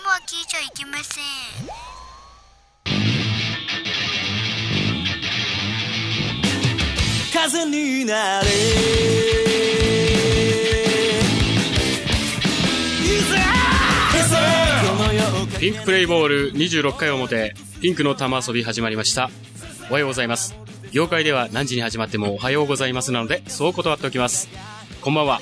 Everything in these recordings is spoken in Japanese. いけません風になれピンクプレイボール26回表、ピンクの玉遊び始まりました。おはようございます。業界では何時に始まってもおはようございますなので、そう断っておきます。こんばんは。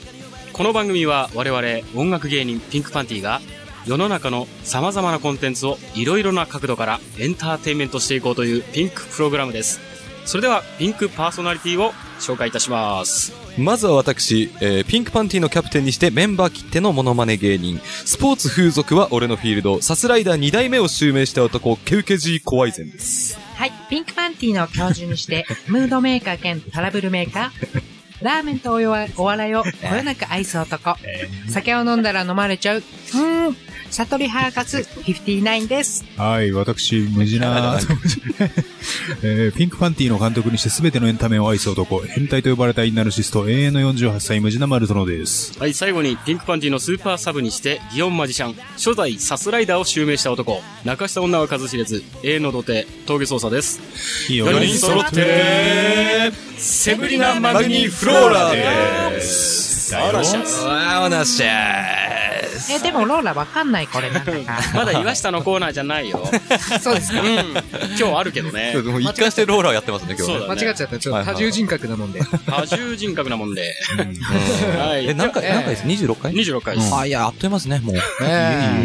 この番組は我々音楽芸人ピンクパンティが世の中の様々なコンテンツをいろいろな角度からエンターテインメントしていこうというピンクプログラムです。それではピンクパーソナリティを紹介いたします。まずは私、えーピンクパンティのキャプテンにしてメンバー切手のモノマネ芸人。スポーツ風俗は俺のフィールド。サスライダー2代目を襲名した男、ケウケジー怖いぜんです。はい、ピンクパンティの教授にして、ムードメーカー兼トラブルメーカー、ラーメンとおよお笑いをこよなく愛す男、酒を飲んだら飲まれちゃう、うーん、悟りハーカス59です。はい、私、ムジナー、えーピンクパンティの監督にして全てのエンタメを愛す男、変態と呼ばれたインナルシスト、永遠の48歳、ムジナマルトノです。はい、最後にピンクパンティのスーパーサブにして、ギオンマジシャン、初代サスライダーを襲名した男、泣かした女は数知れず、永遠の土手、峠捜査です。 4四人揃って、セブリナ・マグニ・フローラです。だよ。わーなしゃーえ、でもローラわかんないこれなんだか。まだ岩下のコーナーじゃないよ。そうですうね。ん、今日あるけどね。もう一貫してローラーやってますね、今日そうね。だ間ね違っ。ちゃった。ちょっと多重人格なもんで。多重人格なもんで。はえ、い。何回、じゃあ何回です ?26 回26回です。あ、いや、あっという間ですね、もう。ねえ、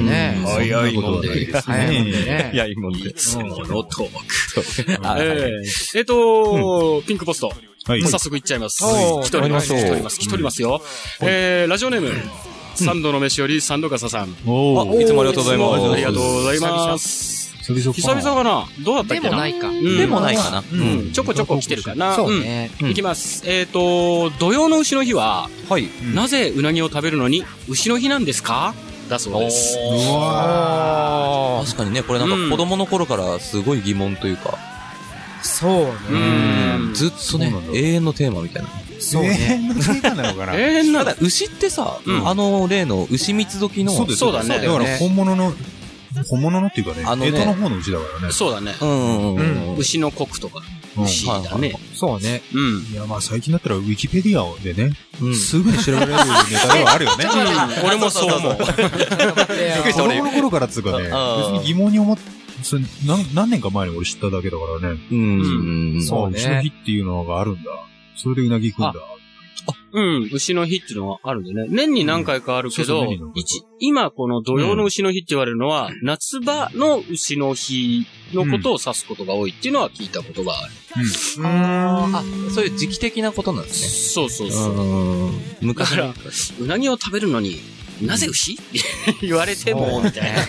ねえ。早いもんでです早いもんでね。ね。いもんで。このトーク。あえはいーえっと、ピンクポスト。はい。早速いっちゃいます。おー来ております。参来りましょうております。来ておりますよ。えー、ラジオネーム、サンドの飯よりサンドガサさん。おあいーつもありがとうございますつもありがとうございます。久久々々かか。などうだったっでけもなないか。うんでもないかな。うんうんちょこちょこ来てるかな。そうね。うんいきます。えっと、土曜の牛の日は、はい。うんなぜうなぎを食べるのに牛の日なんですかだそうです。うわ確かにね、これなんうんか子供の頃からすごい疑問というか、そううね。ん。ずっとねそうなん、だ永遠のテーマみたいな。そう永ね。遠のテーマなのかなえー、なたんだだ、牛ってさ、うんあの例の牛蜜時の、そうですそうだねだから本物の、本物のっていうかね、あのね江戸の方のうちだからね。そうだね。うんうんうんうん。牛のコクとか、うん牛だね。そうね。うん。いや、まあ最近だったらウィキペディアでね、うんすぐに調べられるネタではあるよね。 俺もそう思う。びっくでりした子俺供の頃からっつうかね、別ああに疑問に思っそれ何何年か前に俺知っただけだからね。うんうん。そうあねうちの日っていうのがあるんだ。それでうなぎ食うんだ。うん、牛の日っていうのはあるんでね。年に何回かあるけうんそうそどう年に何回、か一今この土曜の牛の日って言われるのは、夏場の牛の日のことを指すことが多いっていうのは聞いたことがある。うあ、そういう時期的なことなんですね。そうそううそう。ん。だ昔かのら、うなぎを食べるのに、なぜ牛って言われても、みたいな。っ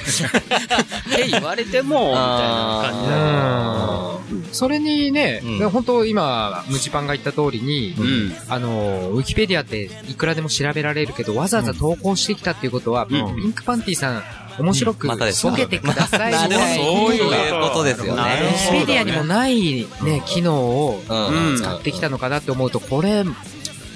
て言われても、みたいな感じだね。ん。それにね、うんで本当今、ムチパンが言った通りに、うん。あの、ウィキペディアっていくらでも調べられるけど、わざわざ投稿してきたっていうことは、うんピンクパンティさん、面白くまたですねボケてくださいまあみたいでもな。そういうことですよねなるウィキほどペディアにもないね、機能をうん。うん使ってきたのかなって思うと、これ、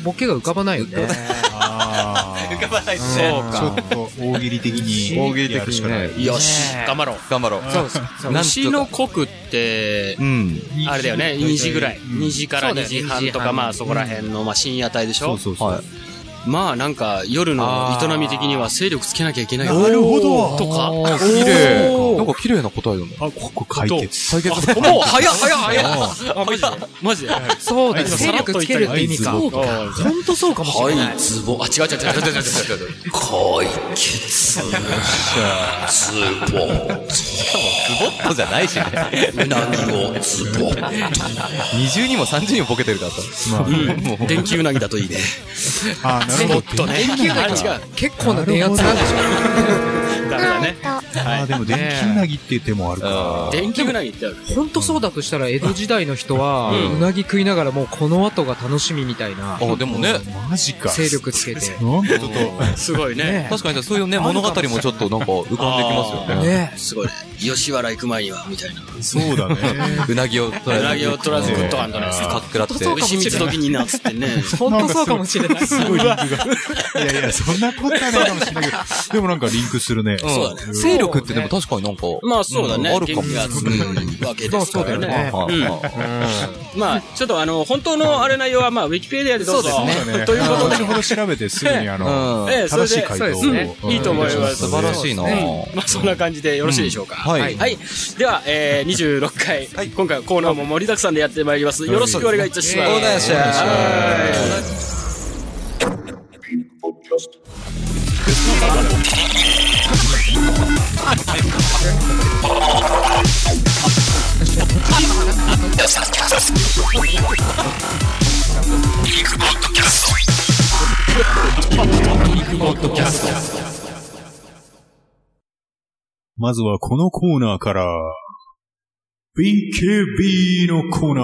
ボケが浮かばないよね。あーばないそうちょっと大喜利的に。大喜利的にねやるしかない。よしね、え頑張ろう。頑張ろう。そ うそうそう。なんとか牛の国って、うん。あれだよね、2時ぐらい。2時からそうだ2時よ半と2時か、半まあそこら辺の、まあ深夜帯でしそょうそうそう。はい。まあなんか夜の営み的には精力つけなきゃいけないよなるほどとか。あー綺麗。おーなんか綺麗な答えだね。あ、ここ解決。解決あもう早っ早っ早っあ、マジで マジでそうだよ、はい勢力つけるって意味か。はい本当そうかもしれない。ズボン。あ、違う違う違う違う違う違う違う。解決。ズボズボッとじゃないしね。ン。うなぎをズボ二重にも三重にもボケてるからまあもン。電気うなぎだといいね。あー、なるほど。とね。電気うなぎ違う。結構な電圧なんでしょダメだね。あーでも電気うなぎって言ってもあるか電気うなぎってある。本当そうだとしたら、江戸時代の人は、うんうなぎ食いながらもうこの後が楽しみみたいな、あ、でもね、ら。マジか。勢力つけて。なんかちょっと、すごいね。ね確かにそういうね、物語もちょっとなんか浮かんできますよね。ねすごいね。吉原行く前には、みたいな。そうだね。うなぎを取らうずなぎを取らず食っとかんとね。かっくらって。そう牛蜜時になっつってね。本当そうかもしれない。すごいリンクが。いやいや、そんなことはないかもしれないけど。でもなんかリンクするね。ね。うんそうだうん勢力ってでも確かになんか。まあそうだね。うんあるかも元気がつくわけですからね。はいはいはいまあ、ちょっとあの、本当のあれ内容は、まあ、ウィキペディアでどうぞ。ということで先。ほど調べてすぐにあのうん、ええそれ正でしい回答そうでをすねいいと思います素晴らい。しいなうんまあ、そんな感じでよろしいでしょうか。はいはい。では、えー、26回、今回はコーナーも盛りだくさんでやってまいります。よろしくお願いいたします。お願いしはますまずはこのコーナーから、BKB のコーナ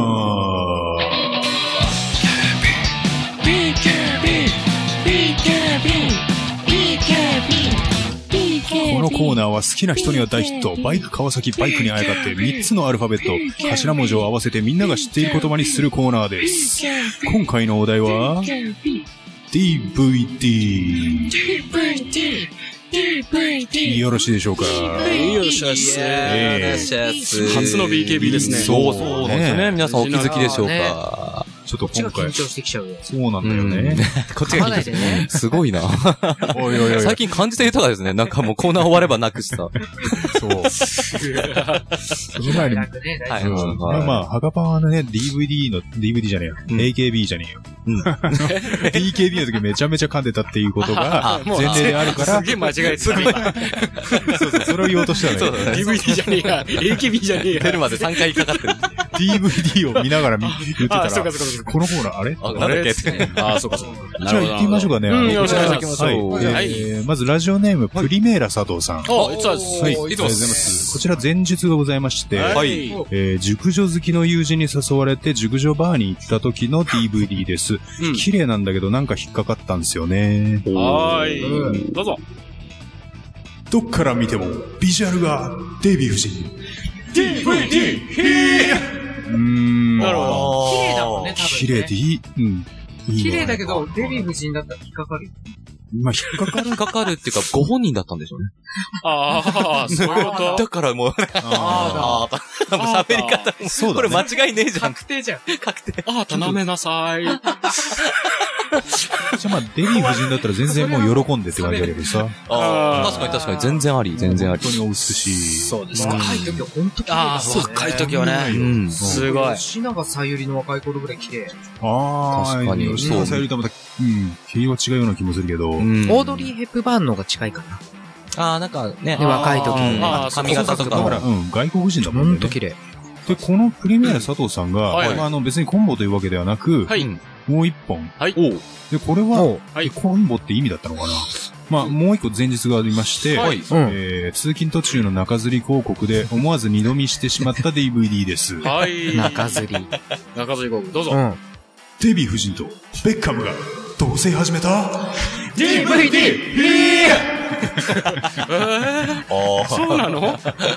ー。このコーナーは好きな人には大ヒット、バイク川崎バイクにあやかって3つのアルファベット、頭文字を合わせてみんなが知っている言葉にするコーナーです。今回のお題は、DVD。よろしいでしょうかい。よろしくお願いしえます。え初の BKB ですね。そうそうなんですね。皆さんお気づきでしょうねか。ちょっとちが今緊張回、してきちゃうよ。そうなんだよね。こっ噛まないでね。すごいな。おいおいおい最近漢字で豊かですね。なんかもうコーナー終わればなくした。そう。そ の前に、楽ね、大丈うんまあまあ、ハガパンはね、DVD の、DVD じゃねえよ。AKB じゃねえよ。DKB の時めちゃめちゃ噛んでたっていうことが前提であるかすらっ、げえ間違えてた。今そうそうそれを言おうとしたのよ。 DVD じゃねえや、AKB じゃねえ出や。るまで3回かかってる。 DVD を見ながら見言ってたら、あ、そうかこそうかそうか。のコーナー、あれあ、なんだっけって。あ、そうかそうか。じゃあ行ってみましょうかね。うんあのよろしくお願いしますはいはいえーまずラジオネーム、プリメーラ佐藤さん。あ、いつははい、あいりがつともうでごすざいます。こちら前述がございまして、はい。えー熟女好きの友人に誘われて熟女バーに行った時の DVD です。うん綺麗なんだけどなんか引っかかったんですよね。はーい。どうぞ。どっから見てもビジュアルがデヴィ夫人。DVD! うーん。なるほど。綺麗だもんね、多分ね。綺麗でいい。うん。いいの綺麗だけど、デヴィ夫人だったら引っかかるよ。まあ、引っかかる。かかるっていうか、ご本人だったんでしょうね。ああ、そういうことだからもう、 ああ、もう喋り方も、そうこれだ間ね。違いねえじゃん。確定じゃん。ああ、頼めなさい。じゃあまあ、デヴィ夫人だったら全然もう喜んでって感じだけどさ。あああー確かに確かに、全然あり、全然あ本り当。にお寿司。そうですか。若い時は本当綺麗だああ、そう若い時はね。うん。すごい。吉永小百合の若い頃ぐらい綺麗。ああ、確かに吉永小百合とはまた、うん、毛は違うような気もするけど。うんオードリー・ヘップバーンの方が近いかな。ああ、なんかねで、、若い時にね。あー髪型とかだもから、。うん、外国人だもほんんねと。綺麗。で、このプレ ミア佐藤さんが、はいまああの別にコンボというわけではなく、はい。もう一本。はいおうで、これは、はいえコンボって意味だったのかなまあ、もう一個前日がありまして、はいうん。えー通勤途中の中吊り広告で思わず二度見してしまっ た DVD です。はい。中吊り。中津行こう。どううぞ。ん。デヴィ夫人とベッカムが同棲始めた DVD! そうなの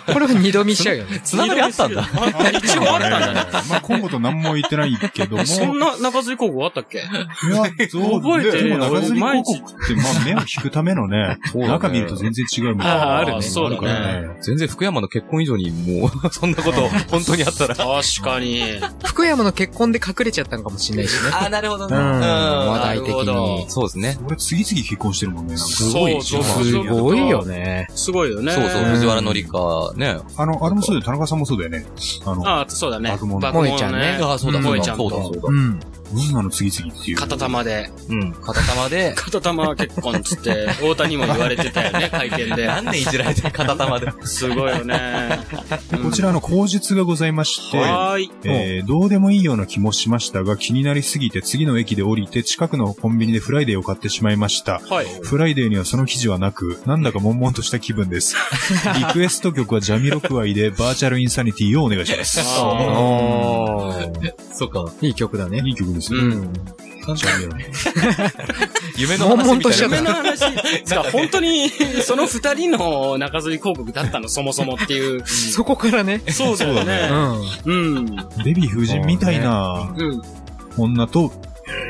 これは二度見しちゃうよね。つながりあったんだ。あ一応あったんだね。まあ、コンボと何も言ってないけども、そんな中津高校あったっけいや、そう、覚えてるでよも中吊り広告って、まあ、目を引くため のね、中見ると全然違うもん。あーあるねのそうだねあるからね。全然福山の結婚以上にもう、 そんなこと、本当にあったら。確かに。福山の結婚で隠れちゃったのかもしれない しね。ああ、なるほどうん。話な題る的ほどに。そうですね。俺、次々結婚してるもんね。なんかすごいそうそうすごいよね。すごいよね。そうそう、藤原紀香、ね。あの、あれもそうだよ。田中さんもそうだよね。あの、ああ、そうだね。爆問爆問萌えちゃんねああ、そうだ、萌そうえだ、ちゃんとそうだ、そうだ。うん。女の次々っていう。片玉で。うん。片玉で、片玉結婚っつって、太田にも言われてたよ ね、会見で。何年いじられてる片玉で。すごいよね。こちらの口述がございまして、はーい。えーどうでもいいような気もしましたが、気になりすぎて次の駅で降りて近くのコンビニでフライデーを買ってしまいました。はい。フライデーにはその記事はなく、なんだか悶々とした気分 です。リクエスト曲はジャミロクワイでバーチャルインサニティをお願いします。あ そうか。いい曲だね。いい曲ですーね。うん。ジャミロクワイ夢の話悶々みたといしちゃっなた夢の話。つか本当に、その二人の中吊り広告だったの、そもそもっていう。そこからね。そうだようね。ん。うん。デヴィ夫人みたいなうん。女と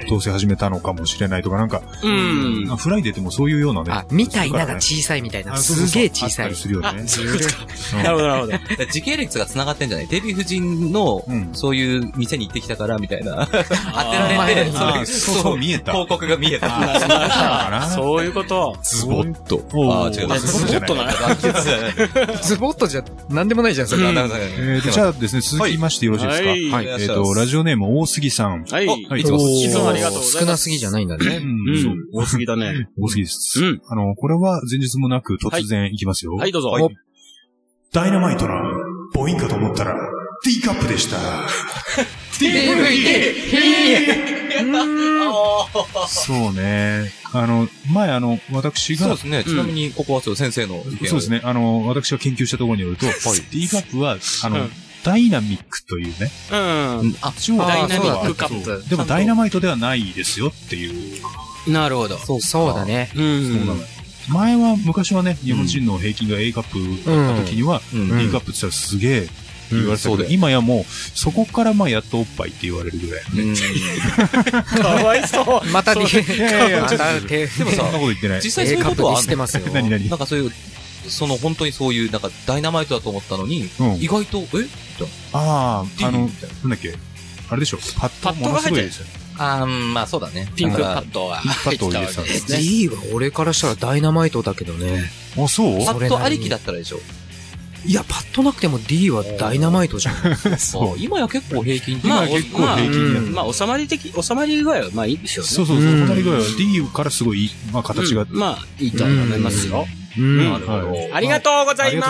どうせ始めたのかもしれないとか、なんか、うん。あフライデーでもそういうようなね。あ、みたいながね小さいみたいな。あそうそうそうすげえ小あさったいり。するよね。そういうことか。なるほど、なるほど。だから時系列が繋がってんじゃないデヴィ夫人のう、んそういう店に行ってきたから、みたいな。当てられて、あーれそうそう見えた広告が見えた。あそうだったのかなそういうこと。ズボボッと。おーあー、違う。あズボッとなな。 ズボッとじゃ、なんでもないじゃん、それ。あなるほどえーとじゃあですね、続きましてよろしいですか。はいはい。はいえっと、ラジオネーム大杉さん。はい。おいいつも好きつもありがとうござい少まなす。すぎじゃないんだね。うんう。そうん多すぎだね。大杉ですうん。あの、これは前日もなく突然いきますよ。はい、どうぞ。おダイナマイトな、ボインかと思ったら、D カップ でした。そうね。あの、前あの、私そうがで、すね。ちなみに、ここはそう先生の意見をそうですね。あの、私が研究したところによると、D カップは、あうのん、ダイナミックというね。うあ、超ダイナミックカップそうでもダイナマイトではないですよっていう。ん。なるほど。そうそうだね。うん。前は、昔はね、日本人の平均が A カップだった時には、うん。 D カップって言ったらすげえ言われてたうんそうけだよど、今やもう、そこからまあやっとおっぱいって言われるぐらい。う んかわいそう。またね、いやいやまた手、でもさ そんなこと言ってない。実際そう A いうカこップとはにあしんてのますよ。何々なんかそういう、その本当にそういう、なんかダイナマイトだと思ったのに、うん意外と、えあ D？あ、あの、なんみたいなだっけ、あれでしょ、パッパドッドもがの入っすごちいゃうですよね。あーまあそうだね。ピンクだパかッドがピンクパ入ッっドてをきたわけ入れてたんでですすね。 D は俺からしたらダイナマイトだけどね。あ、そうらそパうッとありきだったらでしょ。いや、パッとなくても D はダイナマイトじゃん。あー今や結構平均的まあ、なお結構まあ平均にややっるてまあ、収まり的、収まり具合はまあいいでしょうね。そうそうそう、うん隣ぐらいは D からすごい、まあ形がうん。まあ、いいと思いますよ。うんうんなるほどありがとうございま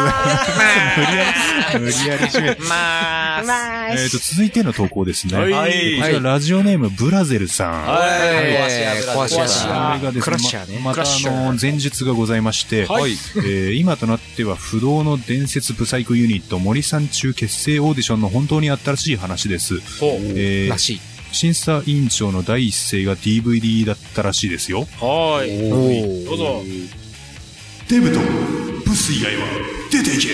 す。無理やり締めて。まあ、えっと、続いての投稿ですね。はいこちらラジオネームブラゼルさん。はい。壊し壊やしだ。これがですねクラッシャーねままたあの、前日がございまして、はいえー今となっては不動の伝説ブサイクユニット森三中結成オーディションの本当に新しい話です。ほえーらしい。審査委員長の第一声が DVD だったらしいですよ。う。はい。おどうぞ。デブとブス以外は出ていけ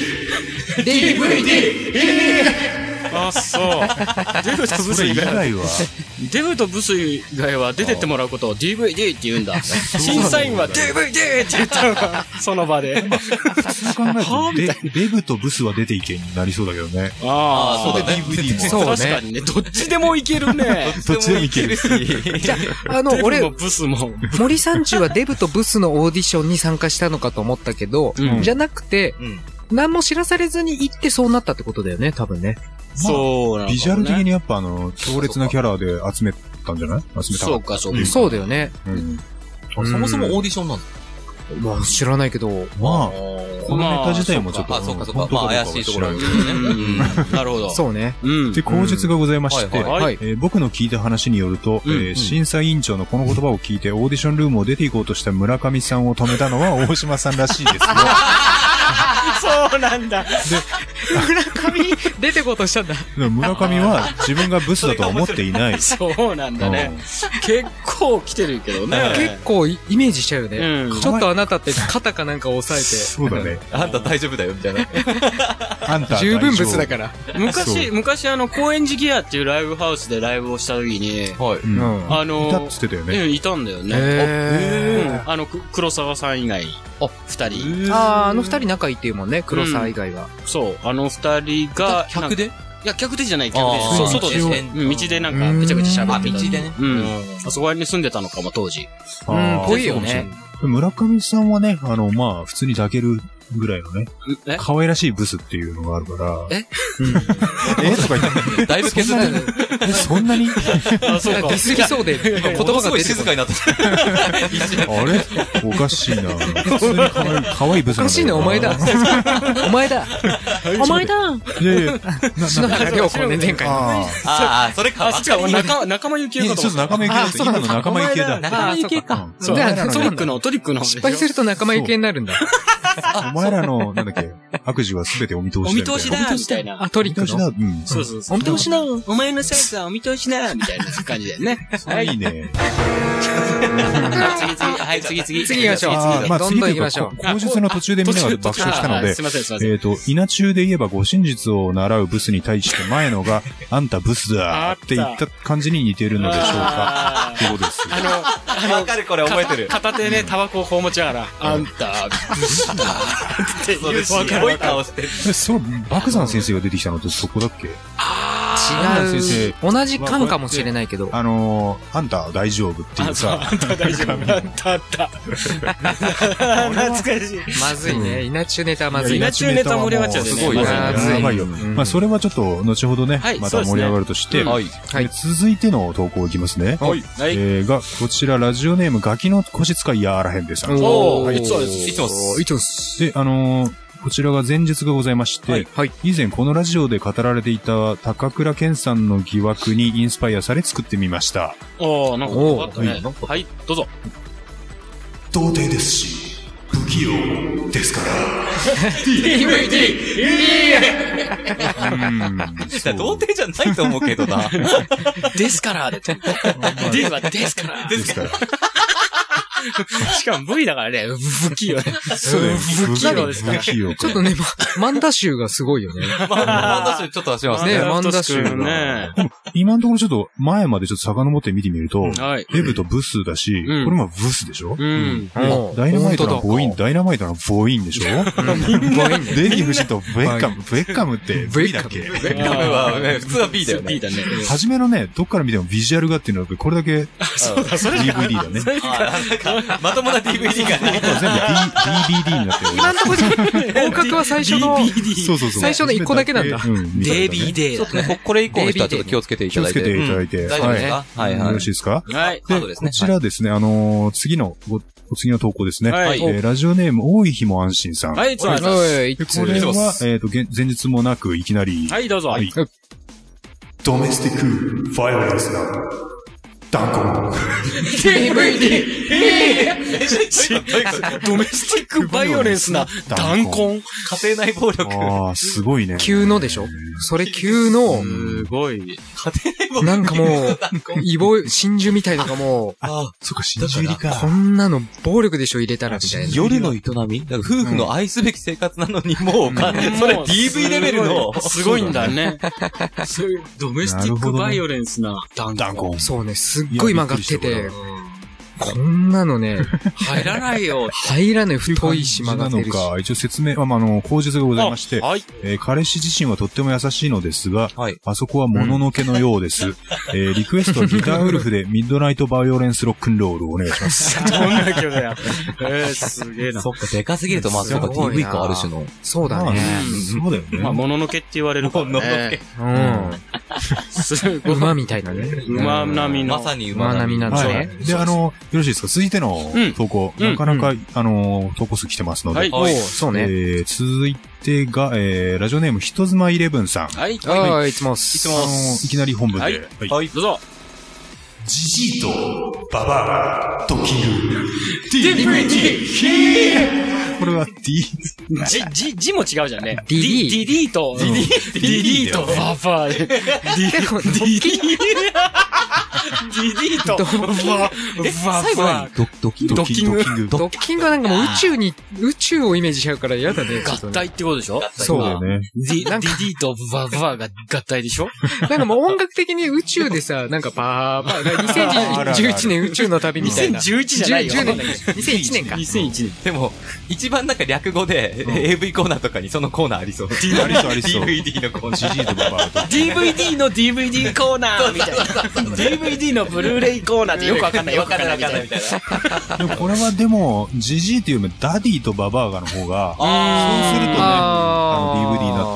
DVD! あ、そう。デブとブそスれ以以外は、外は、デブとブス以外は出てってもらうことを DVD って言うん だ。審査員は DVD って言ったの が、その場で。そう考えるとデ、デブとブスは出ていけになりそうだけどね。あそうだね。 DVD も。そうね確かにね、どっちでもいけるね。どっちでもいける。じゃあの、デブも俺、ブスも。 森三中はデブとブスのオーディションに参加したのかと思ったけど、うんじゃなくて、うん何も知らされずに行ってそうなったってことだよね、多分ね。そうなのかもねビジュアル的にやっぱあの、強烈なキャラで集めたんじゃない集めたそかうっか、そううんか。そうだよね。た。うんそもそもオーディションなんだ。まあ、知らないけど、まあ、このネまあタ自体もちょっと、あ、そうかそう本か。当まあどう怪かしはいところ知らあんるけけどどね。うんなるほど。そうね。うん。で、口述がございまして、はいはいえー僕の聞いた話によると、うんえー審査委員長のこの言葉を聞いて、オーディションルームを出て行こうとした村上さんを止めたのは大島さんらしいですよ。 そうなんだ。村上、出てこうとしたんだ。でも村上は自分がブスだとは思っていない。そうなんだね。結構来てるけど結ね。構イメージしちゃうよね。うんちょっとあなたって肩かなんか押さえて。そうだね。あんた大丈夫だよ、みたいな。あんた十分ブスだから。昔、そ昔あの、高円寺ギアっていうライブハウスでライブをした時に、はい。うんうんあのいたっつってたよね。うんいたんだよね。へうんあの、く黒沢さん以外、二人。ー。あー、あの二人仲いいっていうもんね、黒沢以外は。そう、あの二人が、なん客かでいや、客でじゃない、客であ。そーう、外で一応す。うん道でなんか、ぐちゃぐちゃ喋あ、っ道てた。でね。うん。あそこら辺に住んでたのかも、当時。あうん、ーぽいよね。村上さんはね、あの、まあ、普通に抱けるぐらいのね、 え可愛らしいブスっていうのがあるから。ええとか言って。だいぶ削ってる。え、そんなにあ、そディスりそうで、言葉ものすがごい出て静こかない。になった。一あ瞬れおかしいな。普通に可愛い、可愛いブおスなんだけどなかしいね、お前だ。お前だ。お前だ。いやいや、な、篠な、原涼子ね、前回の。ああーあー、それかあ、。そっちか、俺仲、仲間由紀ーい恵やかちとょっと思っ仲間由紀だ。今の仲間由紀だ。仲間由紀うんそうだお前らの た。トリックの、トリックの。失敗すると仲間由紀恵になるんだ。お前らの、なんだっけ、悪事は全てお見通おし見だ通しみたいな。だみたいな。あ、トリおッ見ク通しの。だ。うん。そうそうそう。お見通しだお前のサイズはお見通しだみたいな感じだよね。それいいね。次次、はい、次次。次行きましょうあーまあど次んどんとい行うきましかょうこ口述の途中でみんなが爆笑したのあでーすい、ません、すいません。えっと、稲中で言えばご真実を習うブスに対して前のが、あんたブスだって言った感じに似てるのでしょうかあっていうことです。ーわかるこれ覚えてる。片手ね、タバコをこう持ちながら、あんた、ブスだーってそう言でうす。わかるごわいかる顔してる。えその、爆山先生が出てきたのってそこだっけ違先う生。同じ缶かもしれないけど。あのー、あんた大丈夫っていうさ、あんた大丈夫。あんたあった。懐かしい。まずいね。稲中ネタはまずいい。や稲中ネタ盛り上がっちゃうすねごいよね。まずいやばいよ。んまあ、それはちょっと、後ほどねはい、まそうたですね盛り上がるとしはて、い。はいえー続いての投稿いきますね。はい。はいえーが、こちら、ラジオネーム、ガキの腰使いやあらへんでさん。で、おーーいつもですいつもですいつもですあのーこちらが前述がございまして、はい。はい。以前このラジオで語られていた高倉健さんの疑惑にインスパイアされ作ってみました。おー、なんか変わったね。はい、どうぞ。童貞ですし、不器用ですから。いや童貞じゃないと思うけどな。ですからで、D はですからですから。しかも V だからね、不器用ね。そうだよ不器用ですから不器用ちょっとね、ま、マンダ集がすごいよね。まあ、マンダ集ちょっと出しますねね。マンダ集がね。今のところちょっと前までちょっと遡って見てみると、はい。デブとブスだし、うんこれもブスでしょ、うん。でうんダイナマイトの本当だボイン、ダイナマイトのボインでしょデヴィ夫人とベッカム、ベッカムってベ V ッだカっムけベッカムは、ね普通は B だよね B。だね。初めのね、どっから見てもビジュアルがっていうのは、これだけそうだ、そ DVD だね。あなんか、まともな DVD がない。全部 D、DVD になってる。今んとこ合格は最初の、そうそうそう。最初の一個だけなんだうデん。みたいなビーねデちょっとね、ここれ以降の人はちょっと気をつけてい気たをだついけて。ていただうんいて。大丈夫ですは。かはいいよはいろしい。ですかはい。ハードでで、すねこちらですね、あのー、次の、ご、お次の投稿ですね。はえいーラジオネーム、多い日も安心さん。はい、つまり。おい、いでつこもれですは、えっと、げん前日もなく、いきなり、はい、どうぞ。はいドメスティック、ファイオレンスな、 断固 DVD! ドメスティックバイオレンスな弾痕。家庭内暴力。家ああ、すごいね。急のでしょそれ急の、すごい。庭内暴力。なんかもう、イボ、真珠みたいのがもう、あそっか、真珠入りこか。んなの暴力でしょ入れたらみたいな。夜の営みだから夫婦の愛すべき生活なのに、もう、かそれ DV レベルの。すごいんだね。そういうドメスティックバイオレンスな弾断痕。固。そうね、すっごい曲がっていやびてっくりし、こんなのね、入らないよ。入らない太いし曲がなってのるし。か、一応説明、まあまあ、あの、口述がございまして、はい。えー彼氏自身はとっても優しいのですが、はいあそこはもののけのようです。えーリクエストはギターウルフでミッドナイトバイオレンスロックンロールをお願い します。どんな曲だよ。えー、すげえな。そっか、でかすぎると、まあ、そっか、すごいな DV かある種の。そうだまあね。そうだよね。まあ、もののけって言われるからね。もののけうすん。ごい。馬みたいなね。馬並みの。まさに馬馬並み並みななのはねい。。で、あの、よろしいですか続いてのうん投稿。うんなかなか、あの、投稿数来てますので。はいおうそうね。えー続いてが、えーラジオネーム、人妻イレブンさん。はい。あはーいつもっす。いつあものいきなり本文で。はいはいい。どうぞ。じじいと、ばばあとキル。これは D、じ、じ、じも違うじゃんね。 DD ディリーと、ディリーとババ ーで。ディ結構、ドッキリリーとババー。最後は、ドドキドドキ。キドキング。ドッキングはなんかもう宇宙に、宇宙をイメージしちゃうから嫌だね。ちょっと合ね体ってことでしょそうだよね。ディ、ディリーとババーが合体でしょなんかもう音楽的に宇宙でさ、なんかパーパー、2011年宇宙の旅みたいな。 2011じゃないよ10 10年 か2001年か。 2001年。でも、一番なんか略語で、AV コーナーとかにそのコーナーありそう。ありそうありそう DVD のコーナー。じじいとばばあと DVD の DVD コーナーみたいな。DVD のブルーレイコーナーってよくわ かんない、よくわかんないみたいな。たいな。でもこれはでも、ジジイっていうよりもダディとババアがの方が、そうするとね、あーあの DVD になっな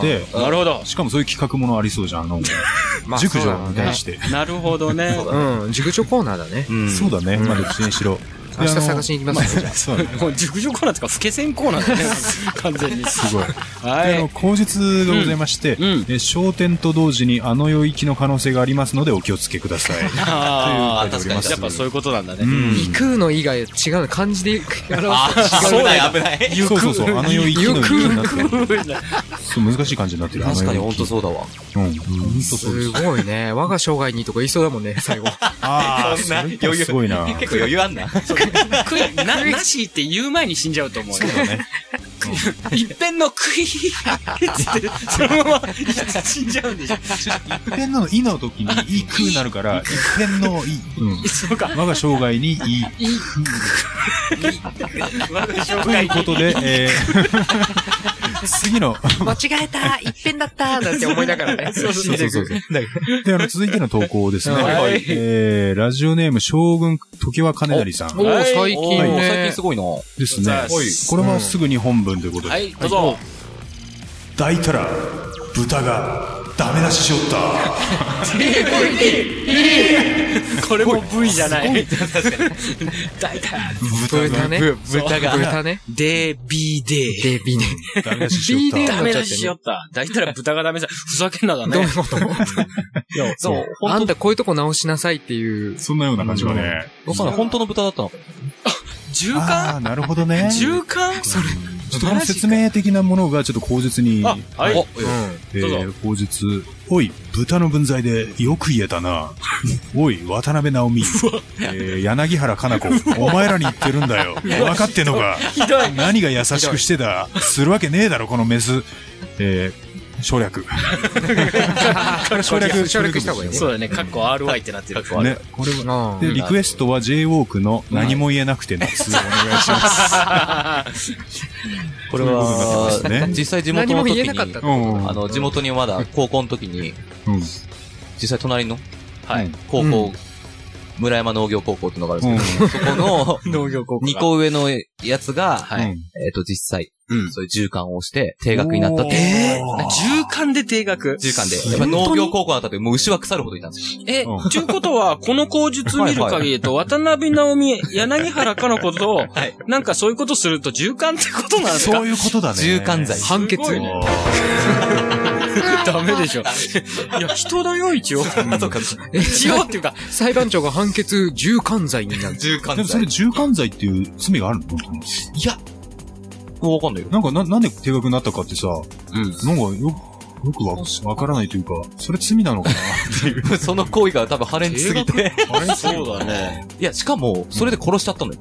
るほどて、。しかもそういう企画ものありそうじゃん、あの、まあ熟そうだ女ろうにね対して。なるほどね。うん、熟女コーナーだね。そうだね、まあどっちにしろ。明日探しに行きます。あのあそうだねもう熟女コーナーとか、老け線コーナーだね、 完全に。すごい。はであのい。口実がございまして、んうんえー商店と同時にあの世行きの可能性がありますのでお気をつけください。あとあ、いうことで確ござかに。いますやっぱそういうことなんだね。うん行くの以外違うの、漢字で表すのそうだよ、危ない。そうそうそう、あの世行きの行きになってるうそう難しい感じになってる。確かに、あの世本行き当そうだわ。うん。うんすごいね。我が生涯にとか言いそうだもんね、最後。ああ、そんなそれってすごいな。結構余裕あんな。ん な、なしって言う前に死んじゃうと思うよ。一遍の食いって、そのまま死んじゃうんでしょ。一辺のいの時に、いくになるから、一辺のい、うん。そうか。我が生涯にいい。我が紹とい介うことで、えー次の、間違えた一遍だっただって思いながらね。そうそうそうそうそうで、あの、続いての投稿ですね。はいえー、ラジオネーム、将軍、時は金成さん。おー、最お近ーね。 最近すごいな。ですねはい。これはすぐに本文ということはで。い、どうぞ。抱いたら、豚が、ダメ出ししよった。これも V じゃない。豚ね。豚が豚ね。デビデで、ビネ。ダメ出ししよっビーたデ。ダメ出ししよった。だいたら豚がダメだ。ふざけんなだね。どういうこといや、そう、あ本ん当たこういうとこ直しなさいっていう。そんなような感じはね。おさん、本当の豚だったのあ中間あ、なるほどね。中間それ。その説明的なものがちょっと口実に、あ、はい。えどうぞー、口実。おい、豚の分際でよく言えたな。おい、渡辺直美。えー、柳原加奈子。お前らに言ってるんだよ。分かってんのか。何が優しくしてだ。するわけねえだろ、このメス。えー、省略。省略、省略した方がいいねそうだね、カッコ RY ってなってる。ね、これは。あで、リクエストは J-WALK の何も言えなくて夏をお願いします。これははそういうことになってますね、実際地元何のも時言えなかったっ、てにうこん。あの、地元にまだ高校の時に、うん実際隣のはい。高う校、村山農業高校ってのがあるんですけど、そこの、農業高2個上のやつが、はい。えっと、実際、うん。そういう循環をして、定額になったっていう。えー、中間で定額。循環で。やっぱ農業高校だったって、もう牛は腐るほどいたんですよ。えう、んちゅうことは、この口述見る限りだと、渡辺直美、柳原かの子とはい、なんかそういうことすると、循環ってことなんですかそういうことだね。循環罪。判決すごいねダメでしょ。いや、人だよ、一応。そうか、 一応っていうか、裁判長が判決重犯罪になる。循で環もそれ罪。重犯罪っていう罪があるのいや、わかんないよ。なんかな、なんで定額になったかってさ、うんなんかよ、よくわわからないというか、それ罪なのかな その行為が多分ハレンチすぎて。あれそうだね。いや、しかも、それで殺しちゃったのよ。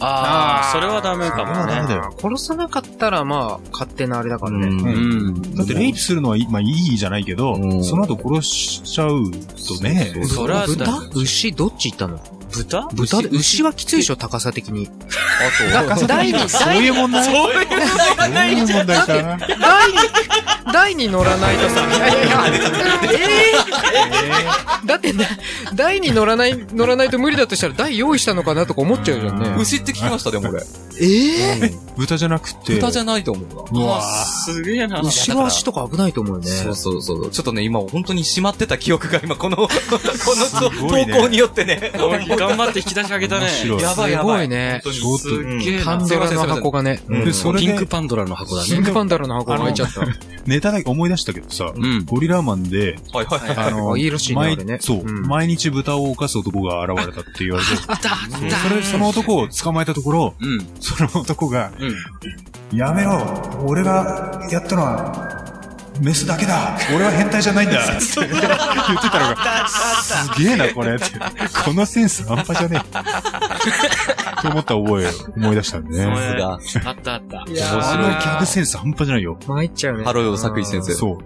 ああ、それはダメかあダもメね。だよ。殺さなかったら、まあ、勝手なあれだからね。ううんん。だって、レイプするのはいい、まあ、いいじゃないけど、うんその後殺しちゃうとね、それはだ豚牛どっち行ったの豚豚で、牛はきついでしょ、高さ的に。あと、台に、そういう問題そうそういうことはないいう問題かな。台に、台に乗らないとさ、いやいやいや、えーだってな、台に乗らない、乗らないと無理だとしたら台用意したのかなとか思っちゃうじゃんね。牛って聞きました、でもこれ。ええ豚じゃなくて、豚じゃないと思ううな。わすげえな。牛の足とか危ないと思うよね。そうそうそう。ちょっとね、今本当にしまってた記憶が今、この、この投ごいね稿によって ね。頑張って引き出し上げたね面。白い。やばいすやごばいい。ね。本当にちょっすっげえパなン。ドラの箱がね。うんで、それピンクで、パンドラの箱だピね。ンクパンダラの箱が開いちゃった。ネタだけ思い出したけどさ、うん。ゴリラーマンで、はいはいはい。あの、あいいらしいね毎あれねそう、うん毎日豚を犯す男が現れたって言われて、あったあっそうそれ、その男を捕まえたところ、うん。その男が、うん。やめろ俺がやったのは、メスだけだ俺は変態じゃないんだって言ってたのが、すげえな、これって。このセンス半端じゃねえ。と思った覚え、思い出したんでさね。すが。あったあった。いやあのギャグセンス半端じゃないよ。参っちゃうね。ハロルド作一先生そう。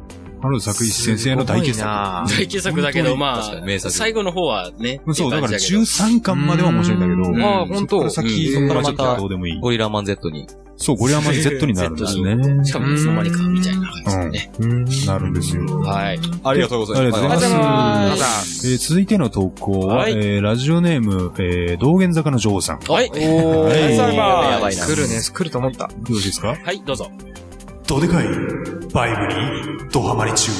原田作一先生の大傑すごいな作。大傑作だけど、ま確かにあ、名作最後の方はね。そう、だからって感じ13巻までは面白いんだけど、うんああ、そ本っか当ら。先、うんそっからちょっとどうでもいい。ゴリラマン Z に。そう、ゴリラマン Z になるんですね。だけどしかもいつの間にか、みたいな感じでね。うんなるんですよ。はい。ありがとうございますありがとうございますえー続いての投稿は、はいえーラジオネーム、えー道玄坂の女王さん。よはい。おはー。いやばいな来るね、来ると思った。ろしいですかはい、どうぞ。どでかい、バイブに、ドハマり中。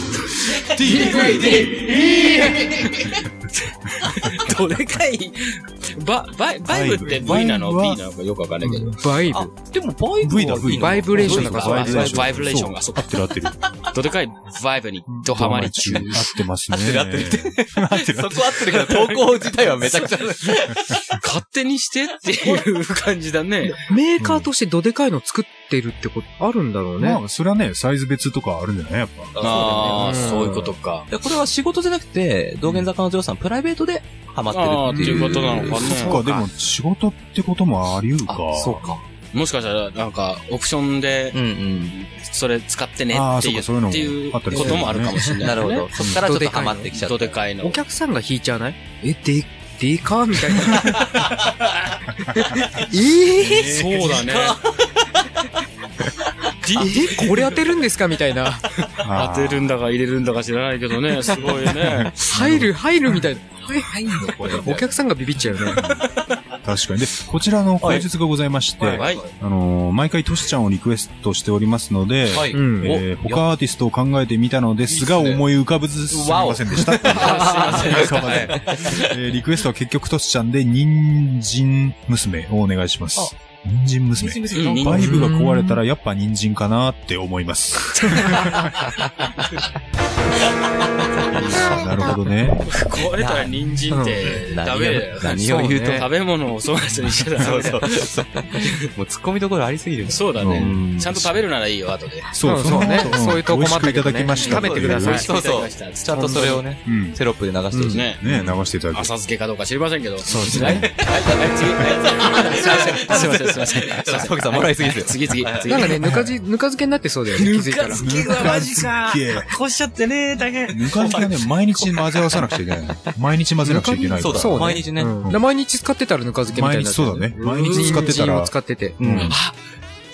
どどでかい。バ、バイ、バイブってバイ V ブなのバイブ ?B なはのかよくわかんないけど。バイあブ。、でもバイブ V だ V だバイブレーションだからバイブレーションババイイブブレレーーシショョンンががそそうう合ってる合ってる。どでかいバイブにドハマり中合。ってますね。合ってるそこ合ってるけど、投稿自体はめちゃくちゃ。 勝手にしてっていう感じだね。メーカーとしてどでかいの作ってるってことあるんだろうね。まあ、それはね、サイズ別とかあるんじゃないやっぱ。ああ、そういうことか。これは仕事じゃなくて、道玄坂のジョーさん、プライベートでハマああ、っっててるいっうてこいう。となのかそっね。か、でも仕事ってこともあり得るか。そうか。もしかしたら、なんか、オプションでう、んうん。それ使ってねあーっていう、そうかそういうのもっていうあったりすことるよねもあるかもしれない。なるほど。 そっからちょっとハマってきちゃった。どでかいのお。客さんが引いちゃわないえ、で、でかみたいな。えそうだね。ー、え、これ当てるんですかみたいな。あ当ーてるんだか入れるんだか知らないけどね、すごいね。入る、入るみたいな。入るのこれ。 お客さんがビビっちゃうね。確かに。で、こちらの口述がございまして、はい。あのー毎回トシちゃんをリクエストしておりますので、はい。うん。えー他アーティストを考えてみたのですが、いいっすね思い浮かぶずすみませんでした。っていう えーリクエストは結局トシちゃんで、人参娘をお願いします。人参う娘。んバイブが壊れたらやっぱ人参かなって思います。なるほどね。壊れたら人参って、ダメだよ。何を言うと。食べ物を粗末にしてたらダメだよ。もう突っ込みどころありすぎる。そうだうんね。ちゃんと食べるならいいよ、後で。そう、そうねの後そういうとこ美味しく待いったててねだきましたってい食う。べてくださいそうそう。ちゃんとそれをね、うん。ね、テロップで流してほしい。ね。流していただきま浅す。漬けかどうか知りませんけど。そうですねはい、はい、次、はい、 すいません、すいません、すいません。トキさんもらいすぎですよ 次、次、次。なんかね、ぬかじ、ぬか漬けになってそうだよね、気づいたら。次はマジかぬか漬け。こしちゃってね、大変。ぬか漬けはね、毎日混ぜ合わさなくちゃいけない。 毎日混ぜなくちゃいけない。そうだそうね毎日ね。うん毎日使ってたらぬか漬けみたいになっちゃ毎日そうだね毎日使って人たら参を使ってて。うん。なん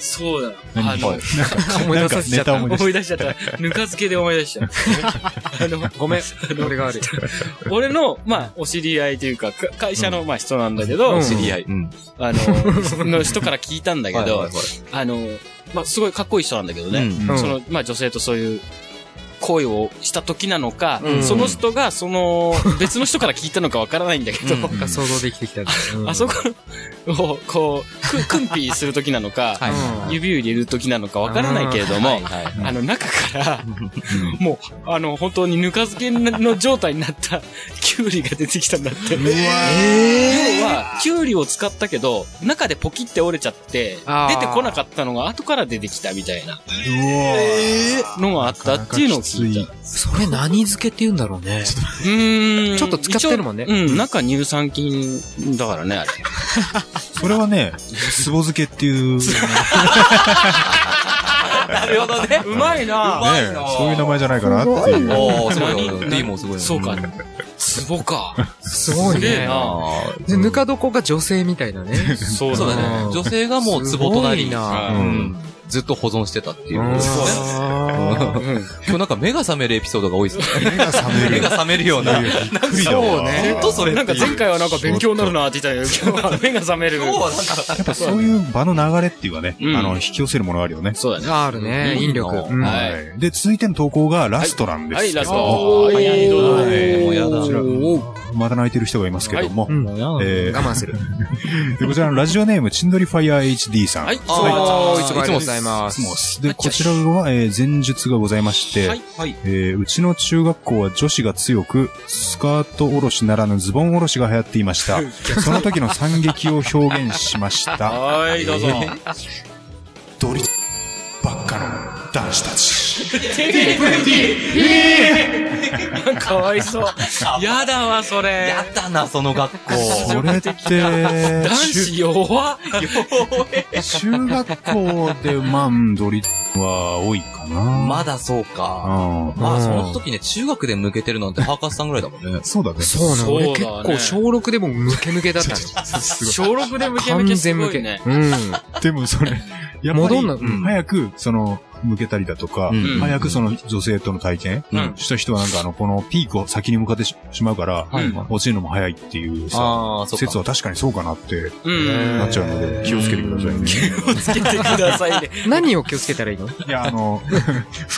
そうだ。あ何の、か、思いなん出かさせちゃネっタた思い出思しい出しちゃった。ぬか漬けで思い出しちゃった。 あの、ごめん、俺がある。俺の、まあ、お知り合いというか、か会社の、まあ、人なんだけど、うん知り合い。うん。あの、の人から聞いたんだけはいはいどはい、あの、まあ、すごいかっこいい人なんだけどうね。んうんその、まあ、女性とそういう、恋をした時なのか、うんその人が、その、別の人から聞いたのかわからないんだけど、なんか想像できてきたんだようんあそこを、こう、く、くんぴーする時なのか、はいうん指を入れる時なのかわからないけれども、はい。あの、中から、もう、あの、本当にぬか漬けの状態になった、きゅうりが出てきたんだって。 要は、きゅうりを使ったけど、中でポキって折れちゃって、あー出てこなかったのが後から出てきたみたいなのがあったっていうのを聞いた。それ何漬けって言うんだろうね。うーん。ちょっと使ってるもんね一応うん、中乳酸菌だからね、あれ。それはね、つぼ漬けって いう、ね、なるほどね。うまいなそういう名前じゃないかなっていう。おー、すご何い。何 D もすごいね。そうか。ツボか。すごいすげえね。なあーでぬか床が女性みたいなね。そうそうだね。ね。女性がもう壺となり、すごいなうんずっと保存してたっていう。うん今日なんか目が覚めるエピソードが多いですね。目が覚め目るが。覚めるような。今びっくりだわ。本当それなんか前回はなんか勉強になるな って言ってたけど、今日は目が覚める。日はなんか、やっぱそういう場の流れっていうかね、うんあの、引き寄せるものがあるよね。そうだね。あるね、引力。うんうんはいい。で、続いての投稿がラストなんですはい、けど。ラスト。早いどうぞはいもうやだこちらまた泣いてる人がいますけどもう。んえー我慢する。でこちらのラジオネーム、チンドリファイア HD さん。はい、あそうだあーーいつもありがとうございまいつす。もですで、こちらは、えー前述がございまして、はい、はい。えーうちの中学校は女子が強く、スカートおろしならぬズボンおろしが流行っていました。その時の惨劇を表現しました。はい、 どうぞ。ドリばっかの男子たち。かわいそう。やだわ、それ。やだな、その学校。それって、中男子弱っ。中学校で、まあ、うんドリは多いかな。まだそうか。うまあ、その時ね、中学で抜けてるなんて、ハーカスさんぐらいだもんね。ん。そうだね。そうなの。俺そう結だね構小6でもムケムケだったの。小6でムケム完ケす全ごムケ。いね。うん。 でもそれ、やっぱ戻んり、なうん早く、その、向けたりだとか、うん早くその女性との体験うんした人はなんかあの、このピークを先に向かってししまうから、はい落ちるのも早いっていうさ、ああ、そっ説か。は確かにそうかなってうん。なっちゃうので、気をつけてくだ さいね。つけてくださいね。何を気をつけたらいいのいや、あの、老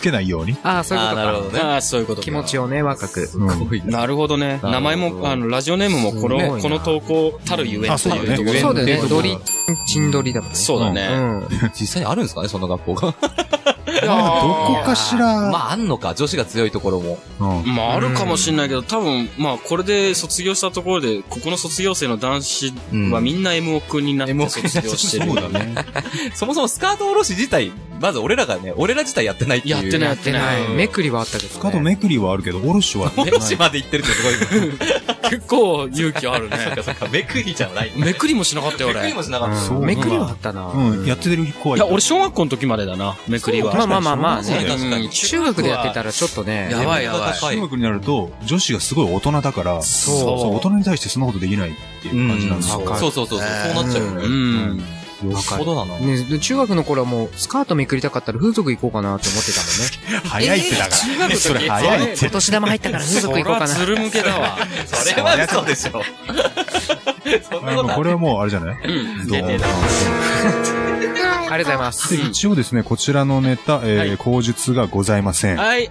けないように。ああ、そういうこあとーなるほか。どね。ああ、そういうことか気持ちをね、若く。うんなるほどね。ほど名前も、あの、ラジオネームも、こすのごい、なこの投稿、たるゆえんあとそうだいうねところそうだよねで。ドリ、チンドリだもんね。そうだうね。ん。実際にあるんですかね、そんな学校が。どこかしら、まあ、あんのか、女子が強いところも。うんまあ、あるかもしれないけど、多分、まあ、これで卒業したところで、ここの卒業生の男子うんはみんな M オ君になって卒業してそうる。だね。そもそもスカートおろし自体、まず俺らがね、俺ら自体やってないっていう。やってないやってない。めくりはあったけどね。スカートめくりはあるけど、おろしはない。おろしまで行ってるってすごい。結構勇気あるね。そっかめくりじゃない。めくりもしなかったよ、めく俺。りいもしなかった。そうめくりはあったな。うん、やってる子はいたや、俺、小学校の時までだな、めくりは。まあまあまあまあそうだねよ。確かに。中学でやってたらちょっとね。やばいやばい。高中い。学になると、女子がすごい大人だから、そうそう大人に対してそんなことできないっていう感じなんですよ。そうそうそう。そうなっちゃうようね。ん。よっぽどだな。ね、で中学の頃はもう、スカートめくりたかったら風俗行こうかなって思ってたも早いってだから。それ早いっんね。て お。年玉入ったから風そ俗行りこうかゃな。ズル向けだわ。それは嘘でしょ。そんあなこのとあこるれはもうあれじゃないうん。ど出うてたありがとうございます。で一応ですね、こちらのネタ、はえー、い口述がございません。はい。